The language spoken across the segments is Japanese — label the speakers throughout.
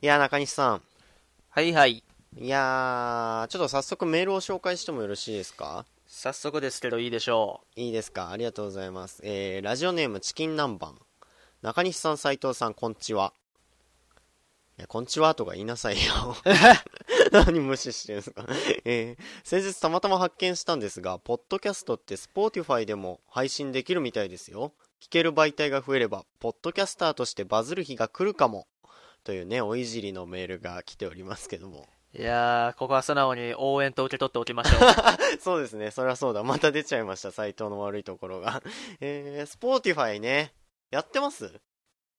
Speaker 1: いやー、中西さん。
Speaker 2: はいはい。
Speaker 1: いやー、ちょっと早速メールを紹介してもよろしいですか
Speaker 2: 早速ですけどいいでしょ
Speaker 1: いいですかありがとうございます。えー、ラジオネームチキン南蛮。中西さん、斉藤さん、こんちは。いや、こんちはとか言いなさいよ。 何無視してるんですか。えー、先日たまたま発見したんですが、ポッドキャストってスポーティファイでも配信できるみたいですよ。聞ける媒体が増えれば、ポッドキャスターとしてバズる日が来るかも。というね、おいじりのメールが来ておりますけども。
Speaker 2: う。いやー、ここは素直に応援と受け取っておきましょう。
Speaker 1: そうですね、そりゃそうだ。また出ちゃいました、斎藤の悪いところが。 えー、スポーティファイね。やってます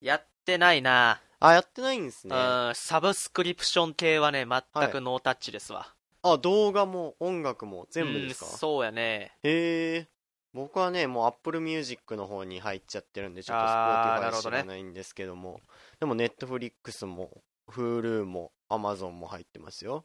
Speaker 2: やってないな、
Speaker 1: あ、やってないんですね。あ、
Speaker 2: うん、サブスクリプション系はね、全
Speaker 1: は
Speaker 2: くノータッチですわ。
Speaker 1: 動画も音楽も全部ですか
Speaker 2: うんそうやね。
Speaker 1: へー。僕はね、もう Apple Music の方に入っちゃってるんで、ちょっとスポ
Speaker 2: あー
Speaker 1: ー
Speaker 2: な
Speaker 1: ティフ
Speaker 2: る
Speaker 1: ァ
Speaker 2: ほ
Speaker 1: イ知
Speaker 2: どね
Speaker 1: らないんですけども。でも Netflix も Hulu も Amazon も入ってますよ。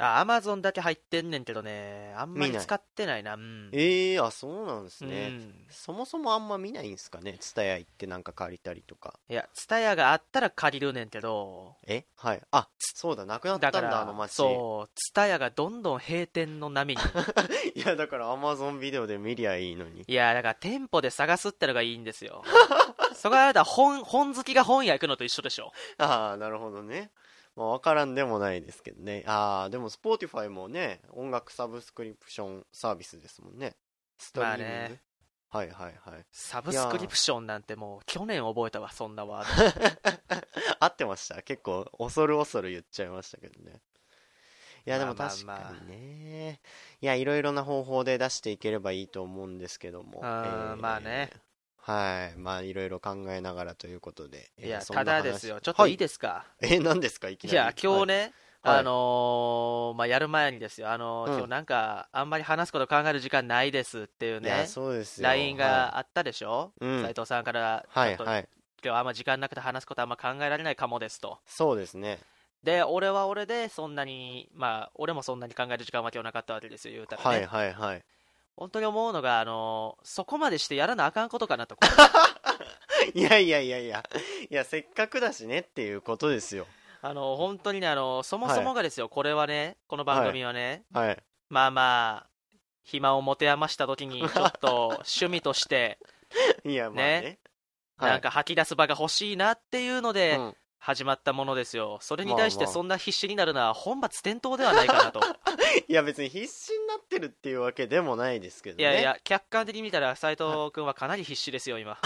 Speaker 2: あ、アマゾンだけ入ってんねんけどね、あんま
Speaker 1: 見
Speaker 2: り
Speaker 1: ない
Speaker 2: 使ってないな。うん。
Speaker 1: えー、あ、そうなんです
Speaker 2: うん
Speaker 1: ね。そもそもあんま見ないんですかね。TSUTAYA 行ってなんか借りたりとか。
Speaker 2: いや、ツタヤがあったら借りるねんけど、
Speaker 1: えはい。あ、そうだ、なくなった
Speaker 2: だ
Speaker 1: んだ、
Speaker 2: か
Speaker 1: あの
Speaker 2: ら、
Speaker 1: 街。
Speaker 2: そう、ツタヤがどんどん閉店 の波に。
Speaker 1: いや、だからアマゾンビデオで見りゃいいのに。
Speaker 2: いや、だから店舗で探すってのがいいんですよ。そこはあなた本、本好きが本屋行くのと一緒でしょ。
Speaker 1: ああ、なるほどね。まあ、わからんでもないですけどね。ああ、でも Spotify もね、音楽サブスクリプションサービスですもんね。ストリーミング。
Speaker 2: まあね
Speaker 1: はいはいはい。
Speaker 2: サブスクリプションなんてもう去年覚えたわそんなワード
Speaker 1: 合ってました。結構、恐る恐る言っちゃいましたけどね。いや、でも
Speaker 2: まあまあ
Speaker 1: 確
Speaker 2: まあ
Speaker 1: かにね。いや、いろいろな方法で出していければいいと思うんですけども。
Speaker 2: うーんまあね。
Speaker 1: はい。まあ、いろいろ考えながらということで。えー
Speaker 2: いや
Speaker 1: そんな
Speaker 2: た
Speaker 1: 話
Speaker 2: だですよちょっと
Speaker 1: はい
Speaker 2: いですか、
Speaker 1: え、何ですかいき
Speaker 2: い、
Speaker 1: なり。
Speaker 2: や今日ね、
Speaker 1: はい
Speaker 2: あのーまあ、やる前にですよ、あのー
Speaker 1: うん
Speaker 2: 今日なんかあんまり話すこと考える時間ないですっていう
Speaker 1: はい。いや、
Speaker 2: ね
Speaker 1: そうですよ。
Speaker 2: LINE
Speaker 1: は
Speaker 2: があったでしょ、
Speaker 1: い、うん
Speaker 2: 斉藤さんからちょ
Speaker 1: はい
Speaker 2: っと、
Speaker 1: はい。
Speaker 2: 今日あんま時間なくて話すことあんま考えられないかもですと
Speaker 1: そうですね。
Speaker 2: で俺は俺でそんなにまあ俺もそんなに考える時間は今日なかったわけですよ言うたらね、
Speaker 1: はいはいはい。
Speaker 2: 本当に思うのがあのーそこまでしてやらなあかんことかなと
Speaker 1: いやいやいやいや。いや、せっかくだしねっていうことですよ。
Speaker 2: あの本当にねあのそもそもがですよ、これはねこの番組はね、
Speaker 1: はい。
Speaker 2: まあまあ暇を持て余した時 にちょっと趣味として
Speaker 1: いや、まあね。はい
Speaker 2: なんか吐き出す場が欲しいなっていうの
Speaker 1: う
Speaker 2: で
Speaker 1: ん
Speaker 2: 始まったものですよ、それに
Speaker 1: まあまあ
Speaker 2: 対してそんな必死になるのは本末転倒ではないか なと
Speaker 1: いや、別に必死になってるっていうわけでもないですけど
Speaker 2: い
Speaker 1: ね。
Speaker 2: やいや客観的に見たら斎藤君はかなり必死ですよ今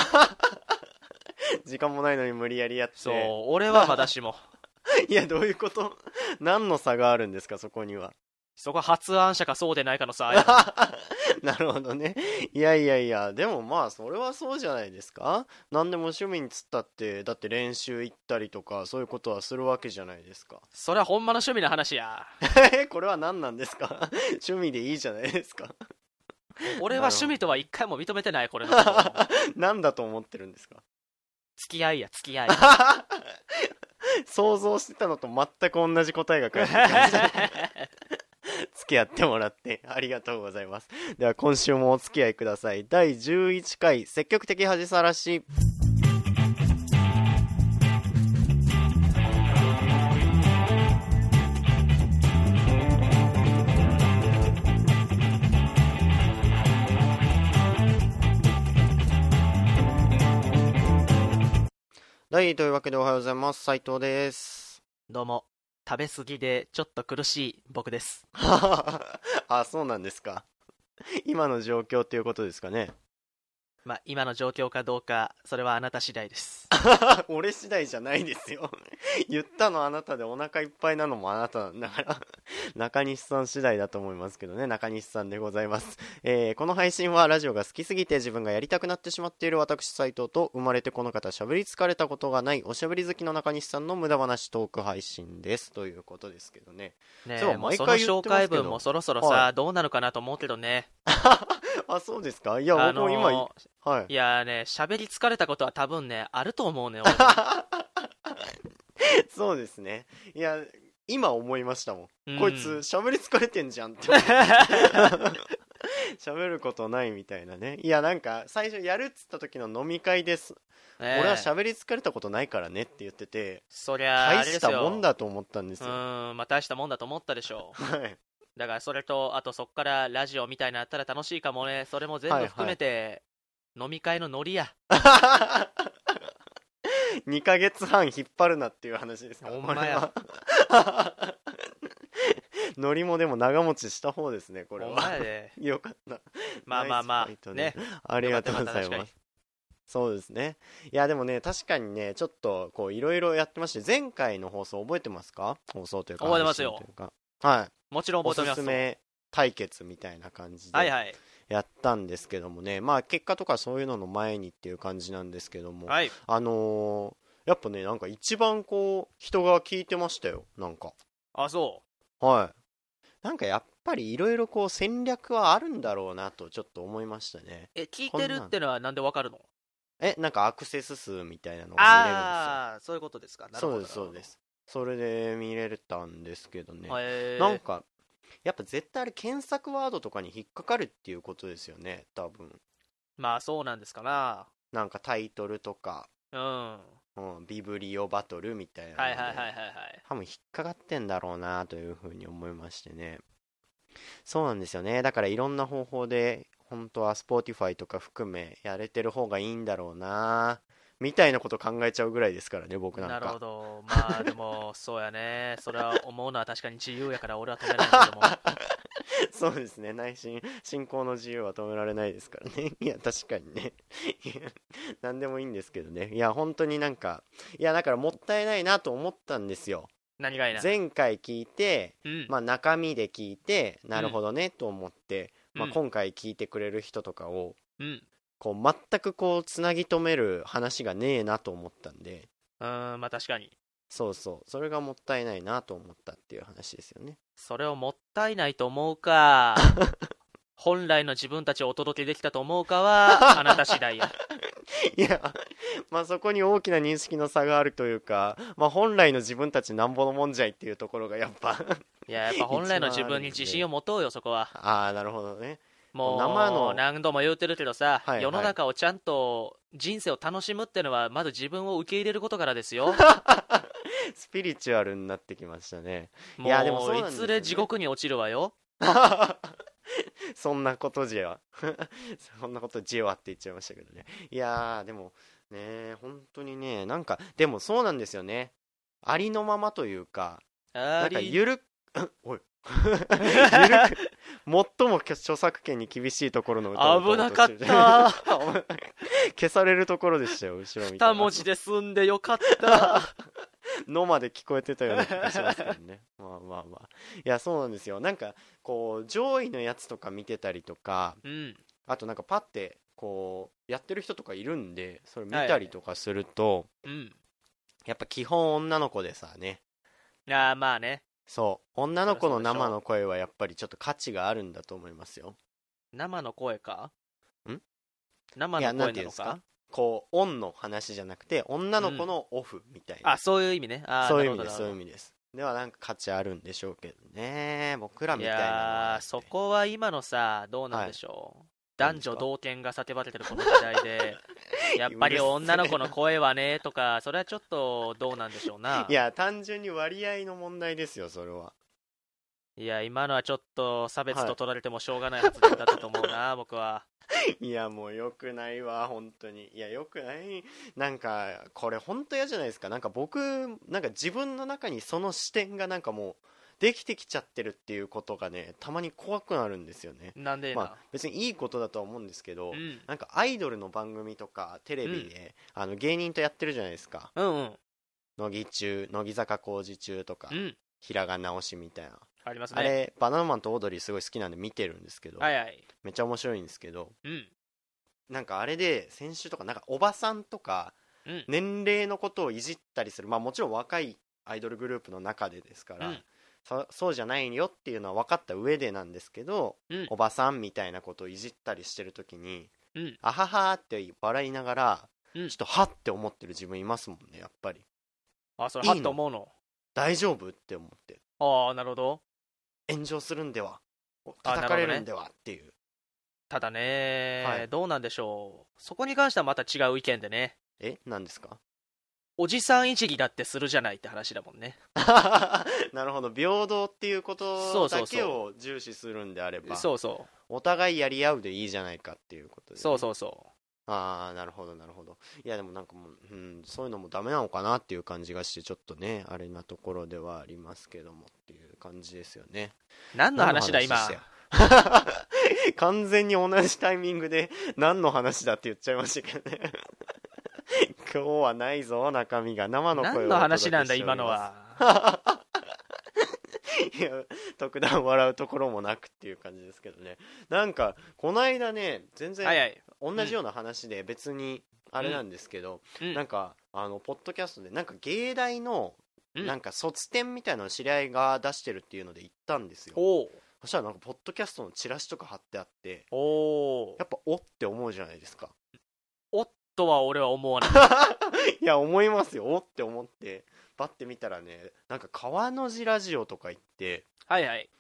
Speaker 1: 時間もないのに無理やりやって。
Speaker 2: そう俺はまだしも
Speaker 1: いや、どういうこと何の差があるんですか、そこには。
Speaker 2: そこは発案者かそうでないかのさ
Speaker 1: なるほどね。いやいやいや、でもまあ、それはそうじゃないですか。何でも趣味につったって、だって練習行ったりとか、そういうことはするわけじゃないですか。
Speaker 2: それはほんまの趣味の話や
Speaker 1: え、これは何なんですか 趣味でいいじゃないですか。
Speaker 2: 俺は趣味とは一回も認めてないこれの
Speaker 1: 何だと思ってるんですか
Speaker 2: 付き合いや付き合い
Speaker 1: 想像してたのと全く同じ答えが返ってきました。 付き合ってもらってありがとうございます。では今週もお付き合いください。第11回積極的恥さらし。はい、というわけでおはようございます。斉藤です。
Speaker 2: どうも、食べ過ぎでちょっと苦しい僕です。
Speaker 1: あ、そうなんですか。今の状況っていうことですかね。
Speaker 2: まあ、今の状況かどうか、それはあなた次第です。
Speaker 1: 俺次第じゃないですよ。言ったのあなたでお腹いっぱいなのもあなたなんだから。中西さん次第だと思いますけどね。中西さんでございます。えーこの配信はラジオが好きすぎて自分がやりたくなってしまっている私斉藤と生まれてこの方喋り疲れたことがないおしゃべり好きの中西さんの無駄話トーク配信です。ということですけどね。
Speaker 2: ね
Speaker 1: そう
Speaker 2: え、もう
Speaker 1: 毎
Speaker 2: その
Speaker 1: 回言っ
Speaker 2: 紹
Speaker 1: てますけど
Speaker 2: 介文もそろそろさ、
Speaker 1: は
Speaker 2: どうなるかなと思うけどね。
Speaker 1: あ、そうですかいや、僕も今、
Speaker 2: ー
Speaker 1: はい
Speaker 2: い。やーね、喋り疲れたことは多分ね、あると思う ね、俺
Speaker 1: そうですね。いや、今思いましたもん。
Speaker 2: うん
Speaker 1: こいつ、喋り疲れてんじゃんって。喋ることないみたいなねいやなんか最初やるっつった時の飲み会です、
Speaker 2: ええ
Speaker 1: 俺は喋り疲れたことないからねって言ってて
Speaker 2: そりゃあ
Speaker 1: 大
Speaker 2: あれで
Speaker 1: し
Speaker 2: すよ
Speaker 1: たもんだと思ったんです
Speaker 2: う
Speaker 1: よ、は
Speaker 2: ーんまあ大したもんだと思ったでしょう
Speaker 1: い
Speaker 2: だからそれとあとそっからラジオみたいなのあったら楽しいかもねそれも全
Speaker 1: はいは
Speaker 2: 部
Speaker 1: い
Speaker 2: 含めて飲み会のノリや、
Speaker 1: 2ヶ月半引っ張るなっていう話ですから
Speaker 2: ほんまや
Speaker 1: これは ノリもでも長持ちした方ですねこれ
Speaker 2: お
Speaker 1: は
Speaker 2: 前で
Speaker 1: よかった
Speaker 2: まあまあま
Speaker 1: ナイスファイ
Speaker 2: あ
Speaker 1: ト
Speaker 2: ね
Speaker 1: ねありがとうござい
Speaker 2: よかったよか
Speaker 1: ま
Speaker 2: った
Speaker 1: すそうですねいやでもね確かにねちょっとこういろいろやってまして前回の放送覚えてますか放送というか
Speaker 2: 覚えてますよ
Speaker 1: 配信というかはい
Speaker 2: もちろん
Speaker 1: お
Speaker 2: 覚えており
Speaker 1: す
Speaker 2: ます
Speaker 1: すめ対決みたいな感じで
Speaker 2: はいはい
Speaker 1: やったんですけどもね、まあ結果とかそういうのの前にっていう感じなんですけども、
Speaker 2: はい
Speaker 1: あのーやっぱねなんか一番こう人が聞いてましたよなんか
Speaker 2: あそ
Speaker 1: はいなんかやっぱりいろいろこう戦略はあるんだろうなとちょっと思いましたね
Speaker 2: うえ聞いてるってのはなんでわかるの
Speaker 1: えなんかアクセス数みたいなのが見れるんですよ
Speaker 2: ああそういうことですかなるほ
Speaker 1: そう
Speaker 2: ど
Speaker 1: ですそうですそれで見れたんですけどね、
Speaker 2: なるほどへえ
Speaker 1: なんかやっぱ絶対あれ検索ワードとかに引っかかるっていうことですよね多分
Speaker 2: まあそうなんですかな
Speaker 1: なんかタイトルとか、
Speaker 2: うんは
Speaker 1: うん、ビブリオバトルみたいなの
Speaker 2: い
Speaker 1: で
Speaker 2: はいはいはいはい
Speaker 1: 多分引っかかってんだろうなというふうに思いましてねそうなんですよねだからいろんな方法で本当は Spotify とか含めやれてる方がいいんだろうなみたいなこと考えちゃうぐらいですからね僕なんか
Speaker 2: なるほどまあでもそうやね それは思うのは確かに自由やから俺は止めない けども
Speaker 1: そうですね内心信仰の自由は止められないですからね いや確かにねいや何でもいいんですけどねいや本当になんかいやだからもったいないなと思ったんですよ
Speaker 2: 何がいいな
Speaker 1: 前回聞いて
Speaker 2: うん
Speaker 1: まあ、中身で聞いてなるほどねと思って、まあ、
Speaker 2: うん
Speaker 1: 今回聞いてくれる人とかを
Speaker 2: うん
Speaker 1: こう全くこうつなぎ止める話がねえなと思ったんで
Speaker 2: うーんまあ確かに
Speaker 1: そうそうそれがもったいないなと思ったっていう話ですよね
Speaker 2: それをもったいないと思う か本来の自分たちをお届けできたと思うかはあなた次第や
Speaker 1: いや まあそこに大きな認識の差があるというか、まあ、本来の自分たちなんぼのもんじゃいっていうところがやっぱ
Speaker 2: いややっぱ本来の自分に自信を持とうよそこは
Speaker 1: ああなるほどね
Speaker 2: もう
Speaker 1: 生の
Speaker 2: 何度も言うてるけどさ、
Speaker 1: はいはい
Speaker 2: 世の中をちゃんと人生を楽しむってのはまず自分を受け入れることからで すよ
Speaker 1: スピリチュアルになってきましたね
Speaker 2: もう
Speaker 1: やでもそうなん
Speaker 2: い
Speaker 1: ですよね
Speaker 2: ずれ地獄に落ちるわよ
Speaker 1: そんなことじゃ そんなことじわって言っちゃいましたけどねいやーでもねー本当にねなんかでもそうなんですよねありのままというかな
Speaker 2: あ
Speaker 1: んか
Speaker 2: り
Speaker 1: ゆる おいゆるく最も著作権に厳しいところの歌を歌お
Speaker 2: 危
Speaker 1: うと
Speaker 2: な
Speaker 1: し
Speaker 2: かって
Speaker 1: る
Speaker 2: た
Speaker 1: 消されるところでしたよ後ろ見たら
Speaker 2: 二文字で済んでよかった
Speaker 1: のまで聞こえてたような気がしますけど ねまあまあまあいやそうなんですよなんかこう上位のやつとか見てたりとか
Speaker 2: うん
Speaker 1: あとなんかパッてこうやってる人とかいるんでそれ見たりとかすると、
Speaker 2: うん
Speaker 1: やっぱ基本女の子でさね
Speaker 2: あーまあね
Speaker 1: そう女の子の
Speaker 2: そりゃそうでしょ
Speaker 1: 生の声はやっぱりちょっと価値があるんだと思いますよ
Speaker 2: 生の声か
Speaker 1: ん
Speaker 2: 生
Speaker 1: い
Speaker 2: の
Speaker 1: や
Speaker 2: 声
Speaker 1: なんてう
Speaker 2: ない
Speaker 1: ん
Speaker 2: の
Speaker 1: です
Speaker 2: か
Speaker 1: かこうオンの話じゃなくて女の子のオフみたいな、
Speaker 2: あそういう意味ねあー
Speaker 1: そういう意味
Speaker 2: なる
Speaker 1: で
Speaker 2: ほ
Speaker 1: す
Speaker 2: ど
Speaker 1: そういう
Speaker 2: なる
Speaker 1: 意味ですではなんか価値あるんでしょうけどね僕ら
Speaker 2: ほど
Speaker 1: み
Speaker 2: い
Speaker 1: たいなのは
Speaker 2: や
Speaker 1: だっ
Speaker 2: ー
Speaker 1: て
Speaker 2: そこは今のさどうなんでしょう男女同権が叫ばれてるこの時 代でやっぱり女の子の声はねとかそれはちょっとどうなんでしょ うない
Speaker 1: や単純に割合の問題ですよそれはい
Speaker 2: や今のはちょっと差別と取られてもしょうがない発言だったと思う な僕はい
Speaker 1: やもう良くないわ本当にいや良くないなんかこれ本当嫌じゃないですかなんか僕なんか自分の中にその視点がなんかもうできてきちゃってるっていうことがねたまに怖くなるんですよね
Speaker 2: なんで
Speaker 1: ま
Speaker 2: な、
Speaker 1: あ別にいいことだとは思うんですけど
Speaker 2: うん、
Speaker 1: なんかアイドルの番組とかテレビで、あの芸人とやってるじゃないですか
Speaker 2: うんうん
Speaker 1: 乃木中乃木坂工事中とか、
Speaker 2: うん
Speaker 1: ひらがな推しみたいな、
Speaker 2: あります
Speaker 1: あ
Speaker 2: ね
Speaker 1: れバナナマンとオードリーすごい好きなんで見てるんですけど、
Speaker 2: はいはい
Speaker 1: めっちゃ面白いんですけど
Speaker 2: うん
Speaker 1: なんかあれで先週とかなんかおばさんとか
Speaker 2: うん
Speaker 1: 年齢のことをいじったりするまあもちろん若いアイドルグループの中でですから、
Speaker 2: うん
Speaker 1: そそうじゃないよっていうのは分かった上でなんですけど、
Speaker 2: うん
Speaker 1: おばさんみたいなことをいじったりしてる時に、
Speaker 2: うん
Speaker 1: あははーって笑いながら、
Speaker 2: うん
Speaker 1: ちょっとはって思ってる自分いますもんねやっぱり
Speaker 2: あそれ
Speaker 1: いい
Speaker 2: は
Speaker 1: の
Speaker 2: っと思うの
Speaker 1: 大丈夫って思って
Speaker 2: ああなるほど
Speaker 1: 炎上するんでは
Speaker 2: あ
Speaker 1: 叩かれるんではっていう
Speaker 2: ただね、
Speaker 1: はい
Speaker 2: どうなんでしょうそこに関してはまた違う意見でね
Speaker 1: え何ですか
Speaker 2: おじさんいじりだってするじゃないって話だもんね
Speaker 1: なるほど平等っていうこ
Speaker 2: そ
Speaker 1: と
Speaker 2: うそうそ
Speaker 1: だ
Speaker 2: う
Speaker 1: けを重視するんであれば
Speaker 2: そうそ
Speaker 1: お互いやり合うでいいじゃないかっていうこと
Speaker 2: う
Speaker 1: で
Speaker 2: そうそうそ
Speaker 1: ああなるほどなるほどいやでもなんかもう、うん、そういうのもダメなのかなっていう感じがしてちょっとねあれなところではありますけどもっていう感じですよね
Speaker 2: う何の話だ
Speaker 1: 何の
Speaker 2: 今
Speaker 1: 話でしたよ完全に同じタイミングで何の話だって言っちゃいましたけどね 今日はないぞ中身が生の声を
Speaker 2: 何の話なんだ
Speaker 1: お届けしておりま
Speaker 2: 今
Speaker 1: す
Speaker 2: のは
Speaker 1: いや 特段笑うところもなくっていう感じですけどねなんかこの間ね全然
Speaker 2: はいはい
Speaker 1: 同じような話で別にあれなんですけど、
Speaker 2: うん
Speaker 1: なんかあのポッドキャストでなんか芸大の
Speaker 2: うん
Speaker 1: なんか卒展みたいなの知り合いが出してるっていうので行ったんですよ、
Speaker 2: おう
Speaker 1: そしたらなんかポッドキャストのチラシとか貼ってあって
Speaker 2: おう
Speaker 1: やっぱおって思うじゃないですか
Speaker 2: とは俺は思わない
Speaker 1: いや思いますよおって思ってバッて見たらねなんか川の字ラジオとか行って
Speaker 2: はいはい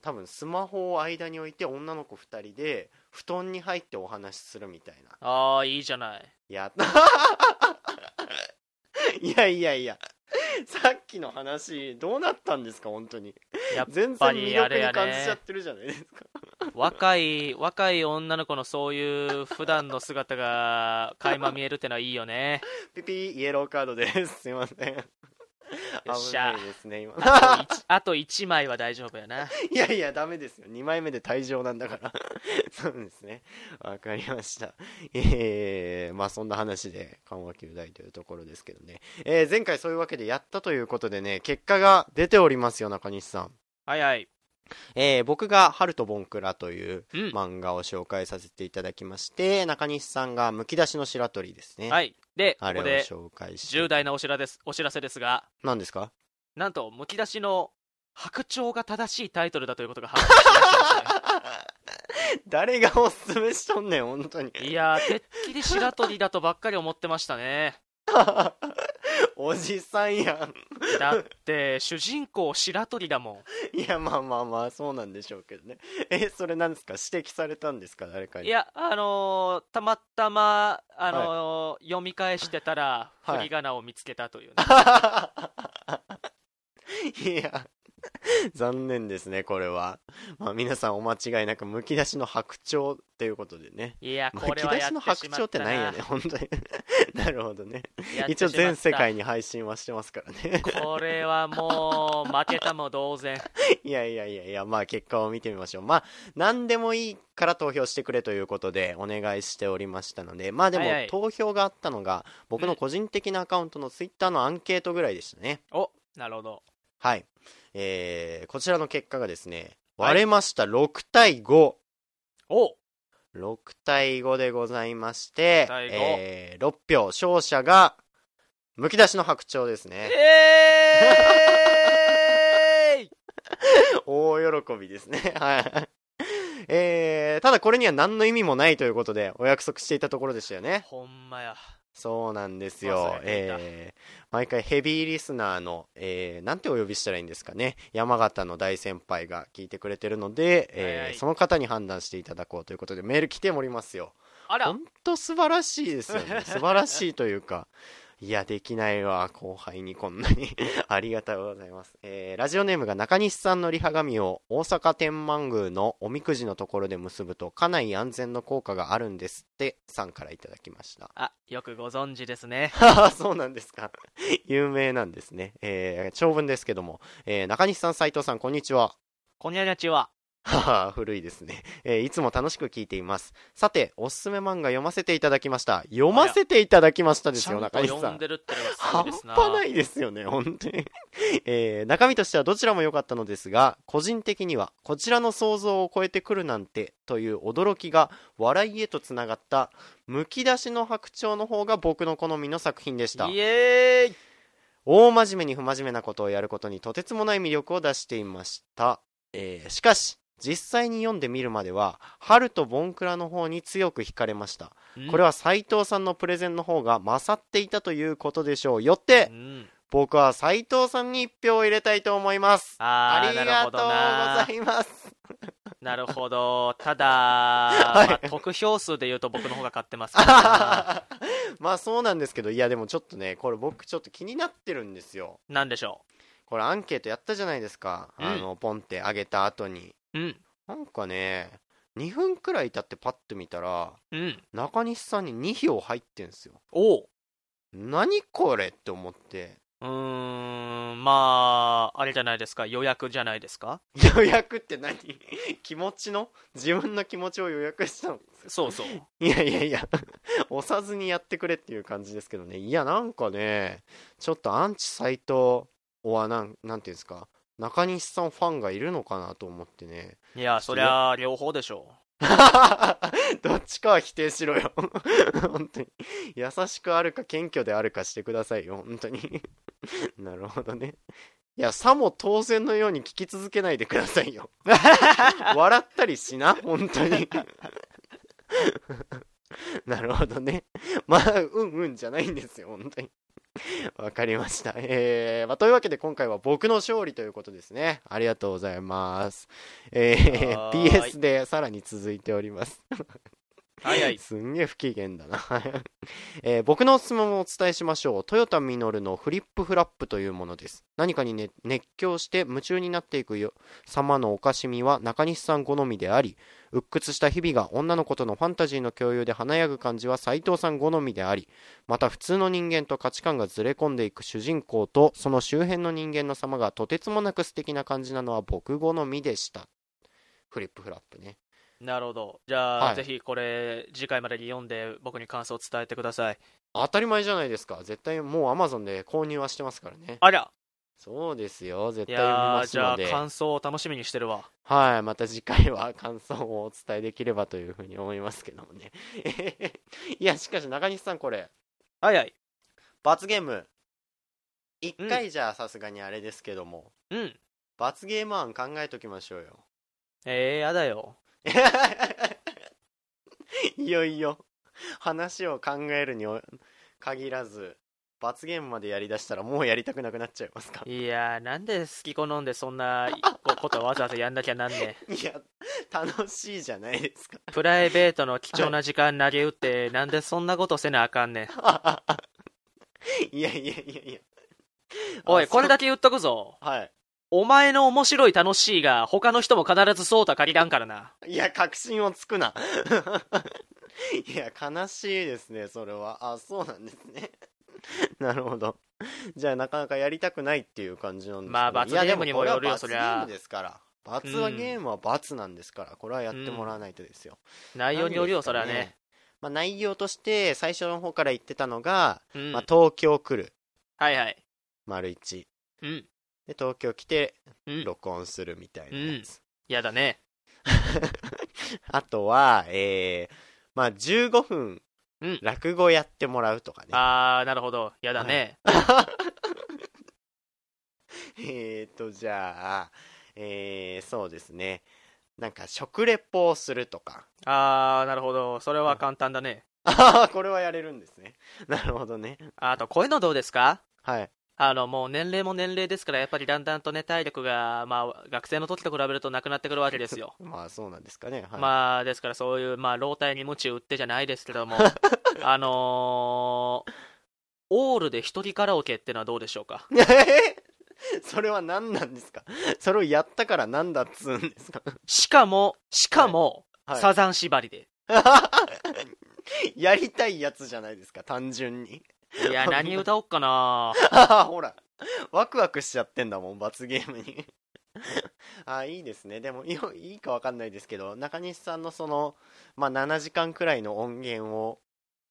Speaker 1: 多分スマホを間に置いて女の子2人で布団に入ってお話しするみたいな
Speaker 2: ああいいじゃない
Speaker 1: やった いやいやいやさっきの話どうなったんですか本当に
Speaker 2: やっ
Speaker 1: 全然
Speaker 2: ぱ
Speaker 1: 魅
Speaker 2: りあ
Speaker 1: 力
Speaker 2: れや
Speaker 1: に
Speaker 2: ね
Speaker 1: 感じちゃってるじゃないですか、
Speaker 2: 若い若い女の子のそういう普段の姿が垣間見えるってのはいいよね
Speaker 1: ピピーイエローカードですすいません
Speaker 2: っ
Speaker 1: 危
Speaker 2: しゃ
Speaker 1: ないですね今
Speaker 2: あと一あと1枚は大丈夫やな い
Speaker 1: やいやダメですよ2枚目で退場なんだから そうですねわかりましたえー、まあそんな話で緩和球大というところですけどね、えー前回そういうわけでやったということでね結果が出ておりますよ中西さん
Speaker 2: はいはい
Speaker 1: えー僕が「春とボンクラ」という
Speaker 2: うん
Speaker 1: 漫画を紹介させていただきまして、中西さんが「むき出しの白鳥」ですね、
Speaker 2: はいでこ
Speaker 1: あれ
Speaker 2: こ
Speaker 1: を
Speaker 2: で
Speaker 1: 紹介して
Speaker 2: 重大なお知らですお知らせですが
Speaker 1: 何ですか
Speaker 2: なんとむき出しの白鳥が正しいタイトルだということが発覚しましたね
Speaker 1: 誰がおすすめしとんねん本当に
Speaker 2: いやーてっきり白鳥だとばっかり思ってましたね
Speaker 1: おじさんやん
Speaker 2: だって主人公白鳥だも
Speaker 1: いやまあまあまあそうなんでしょうけどねえそれ何ですか指摘されたんですか誰か
Speaker 2: ん
Speaker 1: に
Speaker 2: いやあのーたまたま、あのー読み返してたら
Speaker 1: はい
Speaker 2: 振り仮名を見つけたというね、
Speaker 1: いや、残念ですね、これは。まあ、皆さんお間違いなく、むき出しの白鳥ということでね。
Speaker 2: い、や
Speaker 1: む
Speaker 2: こ
Speaker 1: き
Speaker 2: れは
Speaker 1: 出
Speaker 2: やっ
Speaker 1: しての
Speaker 2: しまった
Speaker 1: 白鳥ってないよね、本当に。 なるほどね。
Speaker 2: や
Speaker 1: 一応
Speaker 2: ってしまった
Speaker 1: 全世界に配信はしてますからね。
Speaker 2: これはもう負けたも 同然
Speaker 1: いやいやいやいや、まあ結果を見てみましょう。まあ、何でもいいから投票してくれということでお願いしておりましたので、まあでも
Speaker 2: はいはい
Speaker 1: 投票があったのが、僕の個人的なアカウントのツイッターのアンケートぐらいでしたね。
Speaker 2: おなるほど
Speaker 1: はい。えー、こちらの結果がですね、
Speaker 2: はい
Speaker 1: 割れました、6対5。
Speaker 2: お
Speaker 1: 6対5でございまして、
Speaker 2: 対五
Speaker 1: えー、6票、勝者が、むき出しの白鳥ですね。
Speaker 2: えーい
Speaker 1: 大喜びですね。 はい。えー、ただこれには何の意味もないということで、お約束していたところでしたよね。
Speaker 2: ほんまや
Speaker 1: そうなんです
Speaker 2: 忘
Speaker 1: よ
Speaker 2: れ。ていた
Speaker 1: えー、毎回ヘビーリスナーの、えー、なんてお呼びしたらいいんですかね。山形の大先輩が聞いてくれてるので、えー
Speaker 2: はいはい
Speaker 1: その方に判断していただこうということで、メール来ておりますよ。
Speaker 2: あら
Speaker 1: 本当素晴らしいですよね素晴らしいというかいやできないわ後輩にこんなに ありがとうございます、えーラジオネームが中西さんのリハ紙を大阪天満宮のおみくじのところで結ぶと家内安全の効果があるんですってさんからいただきました
Speaker 2: あよくご存知ですね
Speaker 1: ああそうなんですか 有名なんですね、えー長文ですけども、えー中西さん斉藤さんこんにちは
Speaker 2: こにゃにゃちは
Speaker 1: はは古いですね、えーいつも楽しく聞いていますさておすすめ漫画読ませていただきました読ませていただきましたです
Speaker 2: ちゃ
Speaker 1: よ
Speaker 2: んと
Speaker 1: 中西さ
Speaker 2: 読ん
Speaker 1: ん
Speaker 2: でるってのがすごい
Speaker 1: 半
Speaker 2: ですな
Speaker 1: 端ないですよね本当に、えー中身としてはどちらも良かったのですが個人的にはこちらの想像を超えてくるなんてという驚きが笑いへとつながったむき出しの白鳥の方が僕の好みの作品でした
Speaker 2: イエーイ
Speaker 1: 大真面目に不真面目なことをやることにとてつもない魅力を出していました、えーしかし実際に読んでみるまでは春とボンクラの方に強く惹かれましたこれ
Speaker 2: は
Speaker 1: は斉藤さんのプレゼンの方が勝っていたということでしょうよって
Speaker 2: うん、
Speaker 1: 僕は斉藤さんに1票を入れたいと思います
Speaker 2: あ
Speaker 1: あ
Speaker 2: ー
Speaker 1: りが
Speaker 2: なるほ
Speaker 1: と
Speaker 2: どな
Speaker 1: うございます
Speaker 2: なるほど。ただ、まあ得票数で言うと僕の方が勝ってます から
Speaker 1: まあそうなんですけどいやでもちょっとねこれ僕ちょっと気になってるんですよ
Speaker 2: な。なんでしょ
Speaker 1: これアンケートやったじゃないですか、
Speaker 2: うん
Speaker 1: あのポンって上げた後に
Speaker 2: う。うん。
Speaker 1: なんかね2分くらい経ってパッと見たら
Speaker 2: うん。
Speaker 1: 中西さんに2票入ってんすよ
Speaker 2: おう。
Speaker 1: 何これって思って
Speaker 2: うーん、まあ、あれじゃないですか。予約じゃないですか。
Speaker 1: 予約って何 気持ちの自分の気持ちを予約したの
Speaker 2: そうそう。
Speaker 1: いやいやいや押さずにやってくれっていう感じですけどねいやなんかねちょっとアンチ斎藤はなんなんていうんですか中西さんファンがいるのかなと思ってね
Speaker 2: いや、そりゃあ、両方でしょ
Speaker 1: どっちかは否定しろよ 本当に優しくあるか謙虚であるかしてくださいよ本当に なるほどねいやさも当然のように聞き続けないでくださいよ 笑ったりしな本当に なるほどねまあ、うんうんじゃないんですよ、本当に。わかりました。えー、まあ、というわけで今回は僕の勝利ということですね。ありがとうございます。えー、
Speaker 2: はーい
Speaker 1: PS でさらに続いております。
Speaker 2: う。はいはい。
Speaker 1: すんげえ不機嫌だな。 えー僕のおすすめもお伝えしましょう。トヨタミノルのフリップフラップというものです。何かに、ね、熱狂して夢中になっていくよ様のおかしみは中西さん好みであり、鬱屈した日々が女の子とのファンタジーの共有で華やぐ感じは斉藤さん好みであり、また普通の人間と価値観がずれ込んでいく主人公とその周辺の人間の様がとてつもなく素敵な感じなのは僕好みでした。フリップフラップね。
Speaker 2: なるほど。じゃあ、
Speaker 1: はい
Speaker 2: ぜひこれ、次回までに読んで、僕に感想を伝えてください。
Speaker 1: 当たり前じゃないですか絶対もうアマゾンで購入はしてますからね
Speaker 2: ありゃ
Speaker 1: そうですよ絶
Speaker 2: い
Speaker 1: 対読み
Speaker 2: や
Speaker 1: ま
Speaker 2: ー
Speaker 1: す
Speaker 2: じゃ
Speaker 1: の
Speaker 2: あ、
Speaker 1: で
Speaker 2: 感想を楽しみにしてるわ。
Speaker 1: はいまた次回は感想をお伝えできればというふうに思いますけどもね いやしかし中西さんこれ
Speaker 2: はいはい。
Speaker 1: 罰ゲーム一
Speaker 2: うん
Speaker 1: 回じゃさすがにあれですけども、
Speaker 2: うん。
Speaker 1: 罰ゲーム案考えときましょうよ
Speaker 2: えー、やだよ。
Speaker 1: いよいよ話を考えるにお限らず罰ゲームまでやりだしたらもうやりたくなくなっちゃいますか
Speaker 2: いやー、なんで好き好んでそんなこことわざわざやんなきゃなんねえ。
Speaker 1: いや、楽しいじゃないです か。
Speaker 2: プライベートの貴重な時間投げ打って、なんでそんなことせなあかんねん。
Speaker 1: いやいやいやいや。
Speaker 2: おい、
Speaker 1: あ
Speaker 2: これだけ言っとくぞ。
Speaker 1: そうは
Speaker 2: お前の面白い楽しいが、他の人も必ずそうとは限らんからな。
Speaker 1: い。いや、確信をつくな。 いや、悲しいですね、それは。あ、そうなんですね。なるほど。じゃあ、なかなかやりたくないっていう感じなんですけど
Speaker 2: まあ罰ゲームにもよる
Speaker 1: いやでこれ
Speaker 2: よ
Speaker 1: は
Speaker 2: そり
Speaker 1: 罰ゲー
Speaker 2: ゃ
Speaker 1: ムですから。罰はゲームは罰なんですから、これはやってもらわないとですよ。
Speaker 2: 内容によるよ、それは
Speaker 1: 何です
Speaker 2: ね。
Speaker 1: まあ、内容として、最初の方から言ってたのが、
Speaker 2: うん。
Speaker 1: まあ、東京来る、
Speaker 2: はいはい。
Speaker 1: 丸一。
Speaker 2: うん。
Speaker 1: で、東京来て、
Speaker 2: うん。
Speaker 1: 録音するみたいなやつ、
Speaker 2: やだね。
Speaker 1: あとはえー、まあ15分
Speaker 2: うん
Speaker 1: 落語やってもらうとかね、
Speaker 2: あー、なるほど。やだね。
Speaker 1: えーとじゃあえー、そうですねなんか食レポをするとか
Speaker 2: あー、なるほど。それは簡単だね。
Speaker 1: ああこれはやれるんですね なるほどね
Speaker 2: あと、こういうのどうですか
Speaker 1: はい
Speaker 2: あの、もう年齢も年齢ですから、やっぱりだんだんとね、体力が、まあ、学生の時と比べるとなくなってくるわけですよ。
Speaker 1: まあそうなんですかね はい、
Speaker 2: まあですからそういう、まあ、老体に鞭打ってじゃないですけ どもあのーオールで一人カラオケってのはどうでしょうか
Speaker 1: それは何なんですか それをやったから何だっつうんですか、
Speaker 2: しかもしかも、
Speaker 1: はい
Speaker 2: サザン縛 りで
Speaker 1: やりたいやつじゃないですか単純に
Speaker 2: いや何歌おっかな
Speaker 1: あ あほらワクワクしちゃってんだもん罰ゲームに ああいいですねでもいいいいかわかんないですけど中西さんのその、まあ、7時間くらいの音源を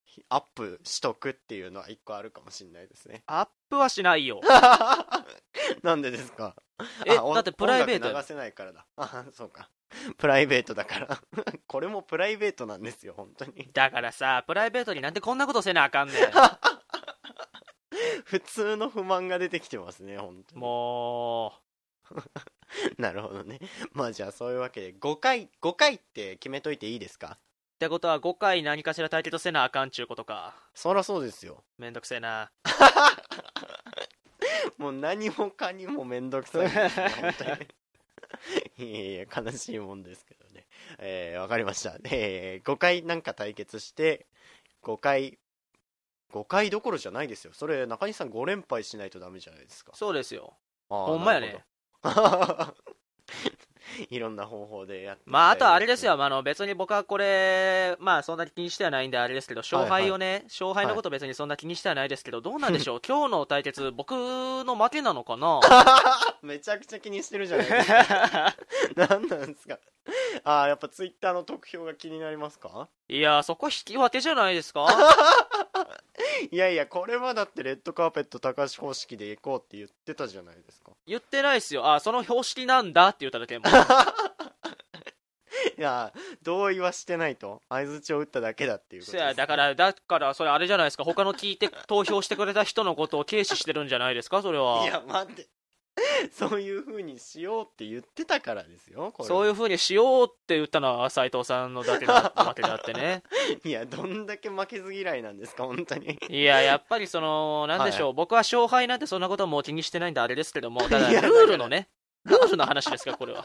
Speaker 1: ひアップしとくっていうのは一個あるかもしんないですね
Speaker 2: アップはしないよ
Speaker 1: なんでですか
Speaker 2: え
Speaker 1: あお
Speaker 2: だってプライベート
Speaker 1: 音楽流せないからだ あそうかプライベートだから これもプライベートなんですよ本当に
Speaker 2: だからさプライベートになんでこんなことせなあかんね
Speaker 1: 普通の不満が出てきてますね本当
Speaker 2: ん
Speaker 1: に
Speaker 2: も
Speaker 1: なるほどね。まあじゃあそういうわけで、5回、5回って決めといていいですか
Speaker 2: うってことは5回何かしら対決せなあかんちゅうことか
Speaker 1: そらそうですよ。
Speaker 2: めんどくせえな
Speaker 1: もう何 もかにもめんどくさいですね、本当にいやいや、悲しいもんですけどね。えー、わかりました。えー、5回なんか対決して、5回、5回どころじゃないですよ。それ、中西さん5連敗しないとダメじゃないですか。
Speaker 2: そうですよ
Speaker 1: あー
Speaker 2: ほんまやね。
Speaker 1: なるほど いろんな方法でやっていきたい
Speaker 2: まああとはあれですよ、まあ、あの別に僕はこれまあそんなに気にしてはないんであれですけど勝敗をね、勝敗のこと別にそんな気にしてはないですけどどうなんで しょう今日の対決僕の負けなのか な
Speaker 1: めちゃくちゃ気にしてるじゃないですか 何なんですか ああやっぱツイッターの得票が気になりますか
Speaker 2: いやそこ引き分けじゃないですか
Speaker 1: いやいやこれはだってレッドカーペット高橋方式で行こうって言ってたじゃないですか
Speaker 2: 言ってないですよあその標識なんだって言っただ けも
Speaker 1: いや同意はしてないと相槌を打っただけだっていうこと
Speaker 2: そ
Speaker 1: です、
Speaker 2: やだからだからそれあれじゃないですか他の聞いて投票してくれた人のことを軽視してるんじゃないですかそれはい
Speaker 1: や待ってそういう風にしようって言ってたからですよこれ
Speaker 2: そういうう風にしようって言ったのは斎藤さんのだけだったわけであってね
Speaker 1: いやどんだけ負けず嫌いなんですか本当に
Speaker 2: いややっぱりそのなんでしょう、僕は勝敗なんてそんなことはもう気にしてないんであれですけどもた だ
Speaker 1: いや
Speaker 2: ルールのねルールの話ですかこれ は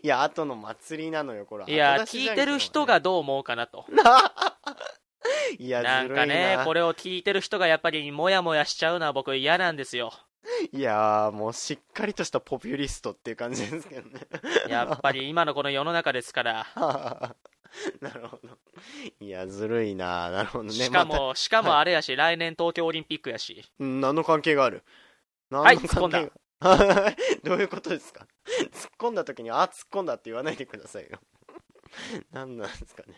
Speaker 1: いや後の祭りなのよこれ
Speaker 2: いや
Speaker 1: 後出しじ
Speaker 2: 聞
Speaker 1: ゃんけ
Speaker 2: いて
Speaker 1: んはね
Speaker 2: る人がどう思うかなと
Speaker 1: いや
Speaker 2: なんか
Speaker 1: ずるい
Speaker 2: ねこれを聞いてる人がやっぱりモヤモヤしちゃうのは僕嫌なんですよ
Speaker 1: いやーもうしっかりとしたポピュリストっていう感じですけどね
Speaker 2: やっぱり今のこの世の中ですから
Speaker 1: なるほどいやずるいななるほどね
Speaker 2: しか
Speaker 1: ま
Speaker 2: も、しかもあれやし、来年東京オリンピックやし。
Speaker 1: たうん何の関係がある
Speaker 2: は
Speaker 1: 何
Speaker 2: い
Speaker 1: の関係が どういうことですか突っ込んだ時にあ突っ込んだって言わないでくださいよ何なんですかね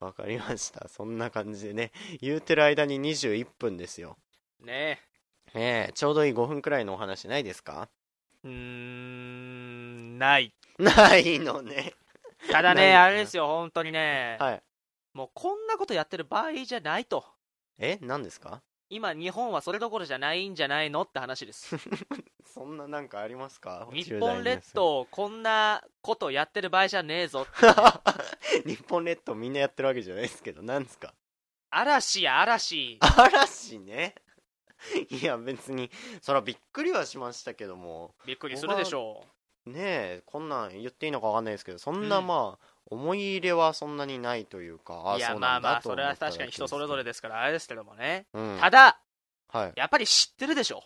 Speaker 1: わかりましたそんな感じでね言うてる間に21分ですよ
Speaker 2: ね
Speaker 1: ええちょうどいい5分くらいのお話ないですか
Speaker 2: え。うーん、ない。
Speaker 1: ないのね
Speaker 2: ただ
Speaker 1: ない
Speaker 2: ね、
Speaker 1: な
Speaker 2: あれですよ、本当にね、
Speaker 1: はい
Speaker 2: もうこんなことやってる場合じゃないと。
Speaker 1: え何ですか
Speaker 2: 今、日本はそれどころじゃないんじゃないのって話 です。
Speaker 1: そんななんかありますか
Speaker 2: 日本列島、こんなことやってる場合じゃねえぞ。
Speaker 1: 日本列島みんなやってるわけじゃないですけどなんですか
Speaker 2: 嵐や嵐。
Speaker 1: 嵐ねいや別にそらびっくりはしましたけども
Speaker 2: びっくりするでしょ
Speaker 1: ねえこんなん言っていいのかわかんないですけどそんな
Speaker 2: うん
Speaker 1: まあ、思い入れはそんなにないというか
Speaker 2: う。
Speaker 1: あ
Speaker 2: いや、
Speaker 1: そう
Speaker 2: ま
Speaker 1: な
Speaker 2: あ
Speaker 1: ん
Speaker 2: ま
Speaker 1: だ
Speaker 2: あ、
Speaker 1: と
Speaker 2: そ
Speaker 1: 思
Speaker 2: れ
Speaker 1: った
Speaker 2: は
Speaker 1: だけです
Speaker 2: 確かに人それぞれですから、あれですけどもね。
Speaker 1: うん
Speaker 2: ただ、
Speaker 1: はい
Speaker 2: やっぱり知ってるでしょ。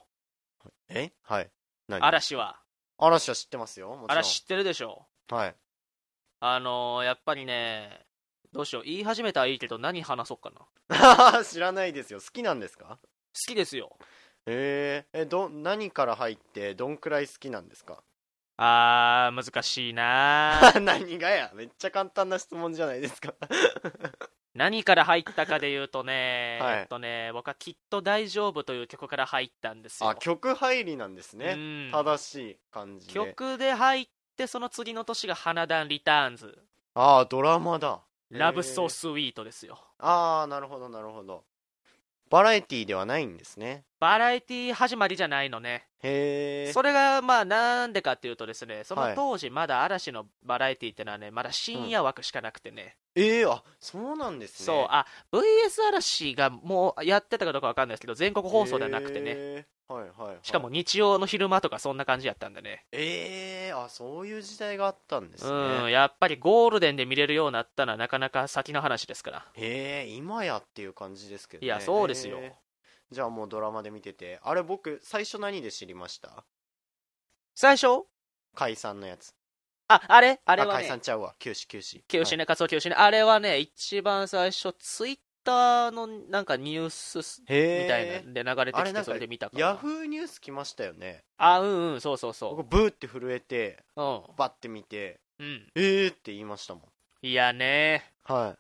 Speaker 1: えはい何
Speaker 2: 嵐は。
Speaker 1: 嵐は知ってますよもちろん
Speaker 2: 嵐知ってるでしょ。
Speaker 1: はい
Speaker 2: あのー、やっぱりね、どうしよう、言い始めたらいいけど、何話そうかな。好
Speaker 1: 知らないですよ好きなんですか
Speaker 2: きですよ。
Speaker 1: えー、えど何から入ってどんくらい好きなんですか
Speaker 2: あー、難しいなー
Speaker 1: あ何がやめっちゃ簡単な質問じゃないですか
Speaker 2: 何から入ったかで言うとね、
Speaker 1: はい
Speaker 2: えっとね、僕はきっと大丈夫という曲から入ったんですよ。
Speaker 1: あ曲入りなんです
Speaker 2: う
Speaker 1: ね
Speaker 2: ん
Speaker 1: 正しい感じで
Speaker 2: 曲で入って、その次の年が花壇リターンズ、
Speaker 1: ああドラマだ
Speaker 2: ラブソー
Speaker 1: へえ
Speaker 2: スウィートですよ。
Speaker 1: ああなるほどなるほどバラエティーではないんですね
Speaker 2: バラエティ始まりじゃないのね。
Speaker 1: へえ
Speaker 2: それが、まあ、なんでかっていうとですね、そ
Speaker 1: は
Speaker 2: の
Speaker 1: い
Speaker 2: 当時、まだ嵐のバラエティってのはね、まだ深夜枠しかなくてね。
Speaker 1: ええあそうなんですね
Speaker 2: そう、あ、VS 嵐がもうやってたかどうかわかんないですけど、全国放送ではなくて
Speaker 1: へ
Speaker 2: ね。
Speaker 1: えはいはい、はい、
Speaker 2: しかも日曜の昼間とかそんな感じやったんでね。
Speaker 1: ええあそういう時代があったんですね
Speaker 2: うん、やっぱりゴールデンで見れるようになったのはなかなか先の話ですから。
Speaker 1: へえ今やっていう感じですけど、ね、
Speaker 2: いや、そうですよ
Speaker 1: へ。えじゃあもうドラマで見ててあれ僕最初何で知りました
Speaker 2: 最初
Speaker 1: 解散のやつ
Speaker 2: あ、あれあ
Speaker 1: あ
Speaker 2: れは
Speaker 1: 解
Speaker 2: ね
Speaker 1: 散、ちゃうわ休止休止
Speaker 2: 清志ね、活動清志ね。あれはね、一番最初、ツイッターのなんかニュース
Speaker 1: へえ
Speaker 2: みたいなんで流れて
Speaker 1: あ
Speaker 2: き
Speaker 1: れな
Speaker 2: て、
Speaker 1: ん
Speaker 2: そ
Speaker 1: か
Speaker 2: れで見たから。
Speaker 1: ヤフーニュース来ましたよね
Speaker 2: あ、うんうん、そうそうそ
Speaker 1: 僕ブーって震えて
Speaker 2: う。うん。
Speaker 1: バッて見て
Speaker 2: うん。
Speaker 1: えーって言いましたもん
Speaker 2: いやね。
Speaker 1: は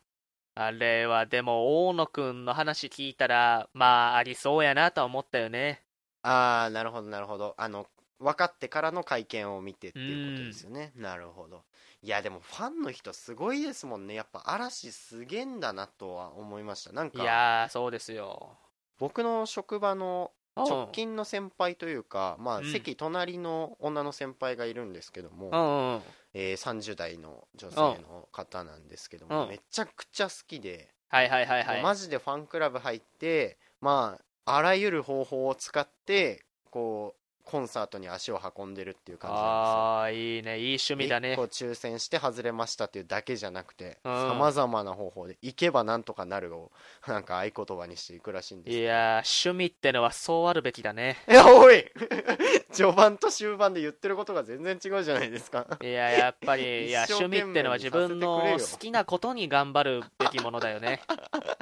Speaker 2: あれはでも大野くんの話聞いたらまあありそうやなとは思ったよね
Speaker 1: いああなるほどなるほどあの分かってからの会見を見てっていうことですよねなるほどいやでもファンの人すごいですもんねやっぱ嵐すげえんだなとは思いましたなん
Speaker 2: い
Speaker 1: か
Speaker 2: やーそうですよ
Speaker 1: 僕の職場の
Speaker 2: うん
Speaker 1: 直近の先輩というか、まあ
Speaker 2: うん
Speaker 1: 席隣の女の先輩がいるんですけども、
Speaker 2: うんうん
Speaker 1: えー30代の女性の方なんですけども、
Speaker 2: うん
Speaker 1: めちゃくちゃ好きで、
Speaker 2: はいはいはいはい
Speaker 1: もうマジでファンクラブ入ってまああらゆる方法を使ってこうコンサートに足を運んでるっていう感じなん
Speaker 2: ああいいねいい
Speaker 1: です
Speaker 2: 趣味
Speaker 1: よ
Speaker 2: だね
Speaker 1: 1個抽選して外れましたっていうだけじゃなくて
Speaker 2: うん
Speaker 1: さまざまな方法で「行けばなんとかなる」を なんか合言葉にしていくらしいんです
Speaker 2: いやー趣味ってのはそうあるべきだね
Speaker 1: いやおい 序盤と終盤で言ってることが全然違うじゃないですか
Speaker 2: いややっぱりいや
Speaker 1: 一生
Speaker 2: 趣
Speaker 1: 懸命
Speaker 2: 味ってのは自分の
Speaker 1: にさせてくれよ
Speaker 2: 好きなことに頑張るべきものだよね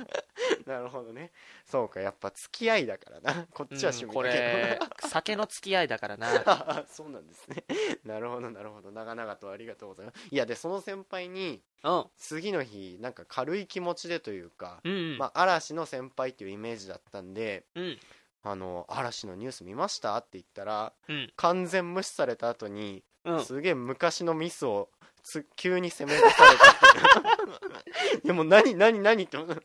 Speaker 1: なるほどねそうかやっぱ付き合いだからなこっちは趣味だけ
Speaker 2: うん
Speaker 1: ど、
Speaker 2: これ酒の付き合いだからな
Speaker 1: あそうなんですね なるほどなるほど長々とありがとうございますいやでその先輩に
Speaker 2: うん
Speaker 1: 次の日なんか軽い気持ちでというか、
Speaker 2: うんうん、
Speaker 1: まあ、嵐の先輩っていうイメージだったんで
Speaker 2: うん
Speaker 1: 「あの嵐のニュース見ました?」って言ったら
Speaker 2: うん
Speaker 1: 完全無視された後に、
Speaker 2: うん
Speaker 1: すげえ昔のミスをつ急に責め出された いやもう何何何っても う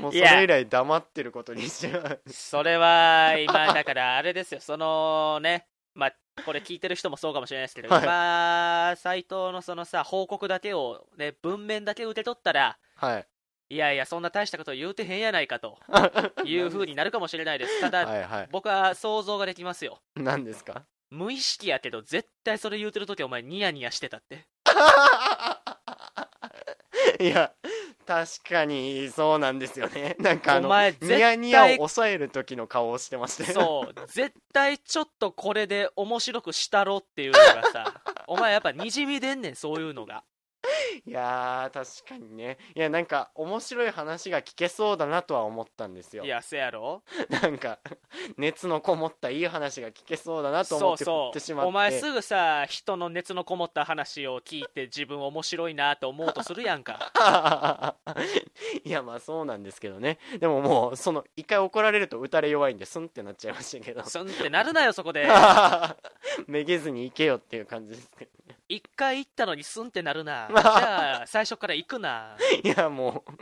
Speaker 1: もうそ
Speaker 2: いや
Speaker 1: れ以来黙ってることにしちゃう
Speaker 2: それは今だからあれですよそのねまあこれ聞いてる人もそうかもしれないですけど、
Speaker 1: はい
Speaker 2: 今斎藤のそのさ報告だけをね文面だけ受け取ったら
Speaker 1: はい
Speaker 2: いやいやそんな大したこと言うてへんやないかと いう風になるかもしれないですただ、
Speaker 1: はいは
Speaker 2: 僕は想像ができますよ
Speaker 1: い何ですか
Speaker 2: 無意識やけど絶対それ言うてる時お前ニヤニヤしてたって
Speaker 1: いや確かにそうなんですよね なんかあの
Speaker 2: お前絶対
Speaker 1: ニヤニヤを抑える時の顔をしてまして
Speaker 2: そう絶対ちょっとこれで面白くしたろっていうのが さお前やっぱにじみ出んねんそういうのが
Speaker 1: いやー確かにねいやなんか面白い話が聞けそうだなとは思ったんですよ
Speaker 2: いやせやろ
Speaker 1: なんか 熱のこもったいい話が聞けそうだなと思っ
Speaker 2: そう
Speaker 1: て振
Speaker 2: そ
Speaker 1: ってし
Speaker 2: う
Speaker 1: まって
Speaker 2: お前すぐさ人の熱のこもった話を聞いて自分面白いなと思うとするや んか
Speaker 1: いやまあそうなんですけどねでももうその一回怒られると打たれ弱いんでスンってなっちゃいましたけど
Speaker 2: そんってなるなよそ こで
Speaker 1: めげずに行けよっていう感じですけど
Speaker 2: 一回行ったのにすんってなる なじゃあ最初から行くない
Speaker 1: やもう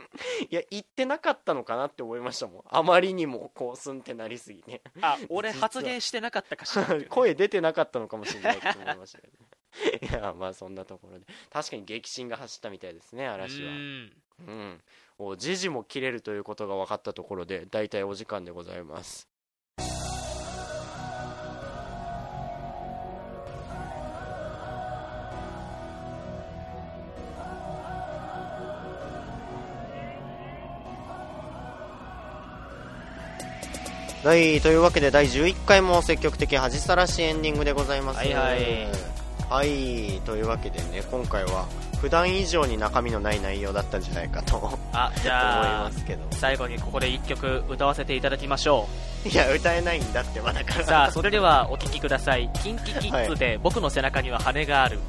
Speaker 1: いや行ってなかったのかなって思いましたもんあまりにもこうすんってなりすぎて
Speaker 2: あ俺発言してなかったかしら っていう
Speaker 1: 声出てなかったのかもしれないって思いましたけど、ね、いやまあそんなところで確かに激震が走ったみたいですね嵐は
Speaker 2: うん
Speaker 1: うんお時事も切れるということが分かったところで大体お時間でございますはいというわけで第11回も積極的恥さらしエンディングでございます
Speaker 2: はいはい
Speaker 1: はいというわけでね今回は普段以上に中身のない内容だったんじゃないかと思い
Speaker 2: あじゃあ
Speaker 1: ますけど
Speaker 2: 最後にここで一曲歌わせていただきましょ
Speaker 1: いや歌えないんだってまだか
Speaker 2: う
Speaker 1: ら
Speaker 2: さあそれではお聴きください KinKiKids で「僕の背中には羽がある」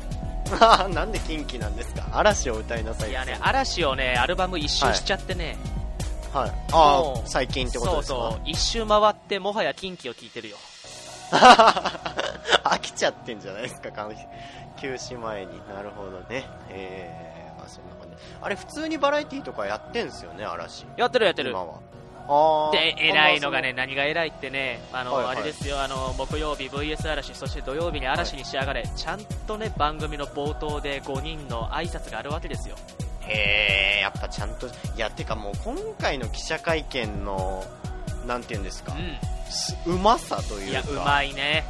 Speaker 1: あー なんで近畿なんですか嵐を歌いなさい
Speaker 2: い、やね嵐をねアルバム一周しちゃってね、
Speaker 1: はい、あ
Speaker 2: も
Speaker 1: あ
Speaker 2: う
Speaker 1: 最近ってこと
Speaker 2: そう
Speaker 1: ですか
Speaker 2: そう一周回ってもはや KinKi を聴いてるよ
Speaker 1: 飽きちゃってんじゃないですか完休止前になるほどねえー、あそんな感じあれ普通にバラエティーとかやってんすよね嵐
Speaker 2: やってるやってる
Speaker 1: 今はああ
Speaker 2: で偉いのがね何が偉いってねあの、
Speaker 1: はいはい
Speaker 2: あれですよあの木曜日 VS 嵐そして土曜日に嵐に仕上がれ、ちゃんとね番組の冒頭で5人の挨拶があるわけですよ
Speaker 1: へえやっぱちゃんといやてかもう今回の記者会見のなんて言うんですか
Speaker 2: う
Speaker 1: すうまさと
Speaker 2: ん
Speaker 1: い
Speaker 2: いう
Speaker 1: か
Speaker 2: やうまいね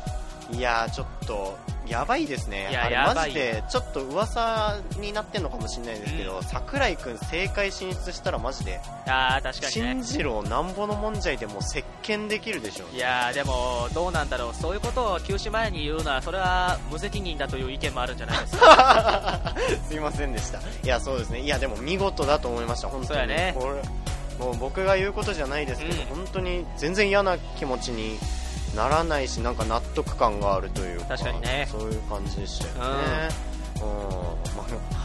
Speaker 1: いやーちょっとやばいですね
Speaker 2: いや
Speaker 1: あれ
Speaker 2: や
Speaker 1: マ
Speaker 2: ば
Speaker 1: ジ
Speaker 2: い
Speaker 1: でちょっと噂になってんのかもしれないですけど、桜井くん正解進出したらマジで
Speaker 2: あー確かにね
Speaker 1: 新次郎なんぼのもんじゃいでもう席巻できるでしょう
Speaker 2: い
Speaker 1: ね
Speaker 2: やーでもどうなんだろうそういうことを休止前に言うのはそれは無責任だという意見もあるんじゃないですか
Speaker 1: すいませんでしたいやそうですねいやでも見事だと思いました本当
Speaker 2: そう
Speaker 1: に
Speaker 2: やね
Speaker 1: これもう僕が言うことじゃないですけど、
Speaker 2: うん
Speaker 1: 本当に全然嫌な気持ちにならないしなんか納得感があるというか
Speaker 2: 確かにね
Speaker 1: そういう感じでしたよねうんま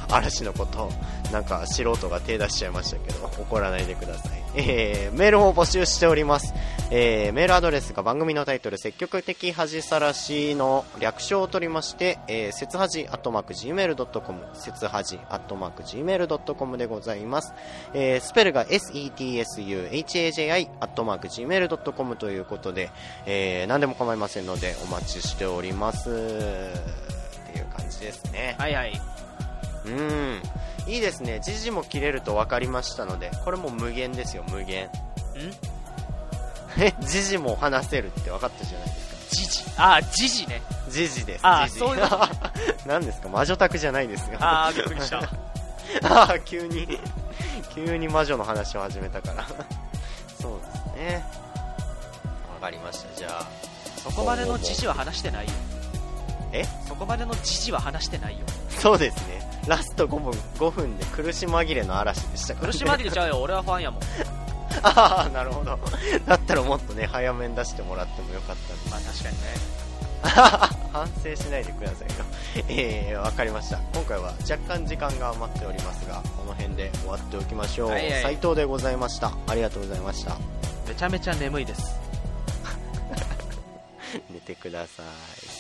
Speaker 1: あ嵐のことなんか素人が手出しちゃいましたけど怒らないでください、えーメールを募集しております、えーメールアドレスが番組のタイトル積極的恥さらしの略称を取りまして、えー、節恥アットマーク gmail.com 節恥アットマーク gmail.com でございます、えースペルが setsuhaji アットマーク gmail.com ということで、えー何でも構いませんのでお待ちしておりますっていう感じですね
Speaker 2: はいはい
Speaker 1: うんいいですね時事も切れると分かりましたのでこれもう無限ですよ無限え 時事も話せるって分かったじゃないですか
Speaker 2: ジジあジジね
Speaker 1: 時事です
Speaker 2: あ
Speaker 1: 時事
Speaker 2: そういうこ
Speaker 1: 何ですか魔女宅じゃないですが
Speaker 2: ああびっくりした
Speaker 1: ああ急に急に魔女の話を始めたから そうですねわかりましたじゃあ
Speaker 2: そこまでのジジは話してないよ
Speaker 1: え
Speaker 2: そこまでのジジは話してないよ
Speaker 1: そうですねラスト5分 ,5 分で苦し紛れの嵐でしたから、ね、
Speaker 2: 苦し紛れちゃうよ俺はファンやもん
Speaker 1: ああなるほどだったらもっとね早めに出してもらってもよかったんです
Speaker 2: まあ確かにね
Speaker 1: 反省しないでくださいよ えー、わかりました今回は若干時間が余っておりますがこの辺で終わっておきましょう、
Speaker 2: はいはい
Speaker 1: 斉藤でございましたありがとうございました
Speaker 2: めちゃめちゃ眠いです
Speaker 1: 寝てください